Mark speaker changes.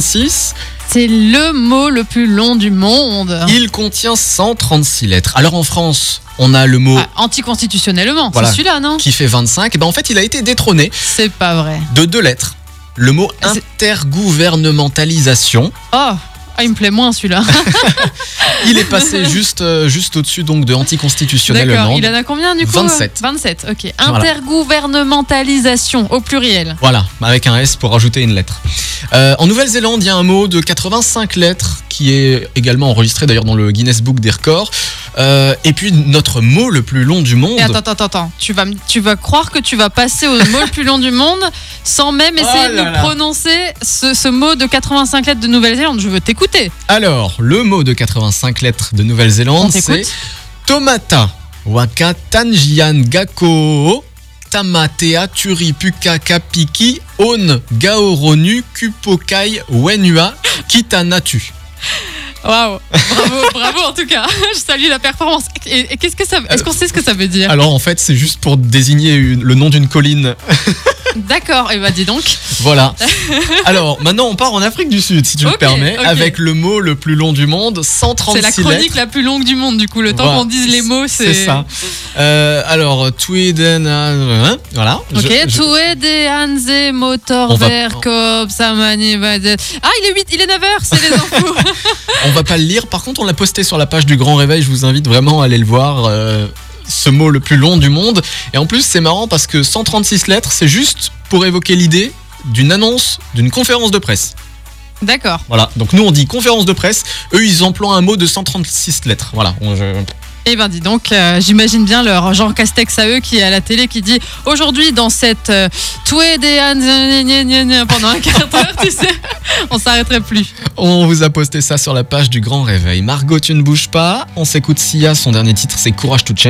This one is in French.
Speaker 1: 136.
Speaker 2: C'est le mot le plus long du monde.
Speaker 1: Il contient 136 lettres. Alors en France, on a le mot
Speaker 2: Ah, anticonstitutionnellement,
Speaker 1: Voilà.
Speaker 2: c'est celui-là, non
Speaker 1: qui fait 25. Et ben en fait, il a été détrôné
Speaker 2: C'est pas vrai.
Speaker 1: de deux lettres. Le mot
Speaker 2: Ah, c'est-
Speaker 1: intergouvernementalisation.
Speaker 2: Oh, ah, il me plaît moins celui-là.
Speaker 1: Il est passé juste, euh, juste au-dessus donc de
Speaker 2: D'accord.
Speaker 1: anticonstitutionnellement.
Speaker 2: Il en a combien du coup
Speaker 1: 27.
Speaker 2: 27, ok.
Speaker 1: Voilà.
Speaker 2: Intergouvernementalisation au pluriel.
Speaker 1: Voilà, avec un S pour ajouter une lettre. Euh, en Nouvelle-Zélande, il y a un mot de 85 lettres qui est également enregistré d'ailleurs dans le Guinness Book des records. Euh, et puis notre mot le plus long du monde.
Speaker 2: Et Eh, attends, attends, attends, tu vas, me- tu vas croire que tu vas passer au mot le plus long du monde sans même essayer
Speaker 1: Oh
Speaker 2: de
Speaker 1: là
Speaker 2: me
Speaker 1: là.
Speaker 2: prononcer ce, ce mot de 85 lettres de Nouvelle-Zélande. Je veux t'écouter.
Speaker 1: Alors, le mot de 85 lettres de
Speaker 2: On
Speaker 1: Nouvelle-Zélande, c'est
Speaker 2: t'écoute.
Speaker 1: Tomata. Waka tanjian gakoo. Tamatea turipuka kapiki. On gaoronu kupokai wenua kitanatu.
Speaker 2: Waouh, bravo, bravo en tout cas. Je salue la performance. Et, et qu'est-ce que ça,
Speaker 1: Euh.
Speaker 2: est-ce qu'on sait ce que ça veut dire
Speaker 1: Alors en fait, c'est juste pour désigner une- le nom d'une colline.
Speaker 2: D'accord. Et bah dis donc.
Speaker 1: Voilà. Alors maintenant, on part en Afrique du Sud, si tu
Speaker 2: Ok,
Speaker 1: le permets,
Speaker 2: ok.
Speaker 1: avec le mot le plus long du monde,
Speaker 2: C'est
Speaker 1: 136
Speaker 2: la chronique
Speaker 1: lettres.
Speaker 2: la plus longue du monde, du coup. Le temps
Speaker 1: Voilà,
Speaker 2: qu'on dise les mots, c'est.
Speaker 1: C'est ça. Euh, alors, Twiden. euh, voilà. Je-
Speaker 2: Ok,
Speaker 1: je-
Speaker 2: Tuede, Hanze, Motor,
Speaker 1: On va-
Speaker 2: Verkoop, Samani, Badet. Ah, il est 8, il est 9h, c'est les infos.
Speaker 1: On va pas le lire. Par contre, on l'a posté sur la page du Grand Réveil. Je vous invite vraiment à aller le voir. euh, ce mot le plus long du monde. Et en plus, c'est marrant parce que 136 lettres, c'est juste pour évoquer l'idée d'une annonce, d'une conférence de presse.
Speaker 2: D'accord.
Speaker 1: Voilà. Donc nous, on dit conférence de presse. Eux, ils emploient un mot de 136 lettres. Voilà. On- je-
Speaker 2: Eh ben dis donc, euh, j'imagine bien leur Jean Castex à eux qui est à la télé qui dit aujourd'hui dans cette euh, Tuede, Hanze, gna, gna, gna, gna pendant un quart d'heure, tu sais, on s'arrêterait plus.
Speaker 1: On vous a posté ça sur la page du Grand Réveil. Margot, tu ne bouges pas. On s'écoute Sia. Son dernier titre, c'est Courage tout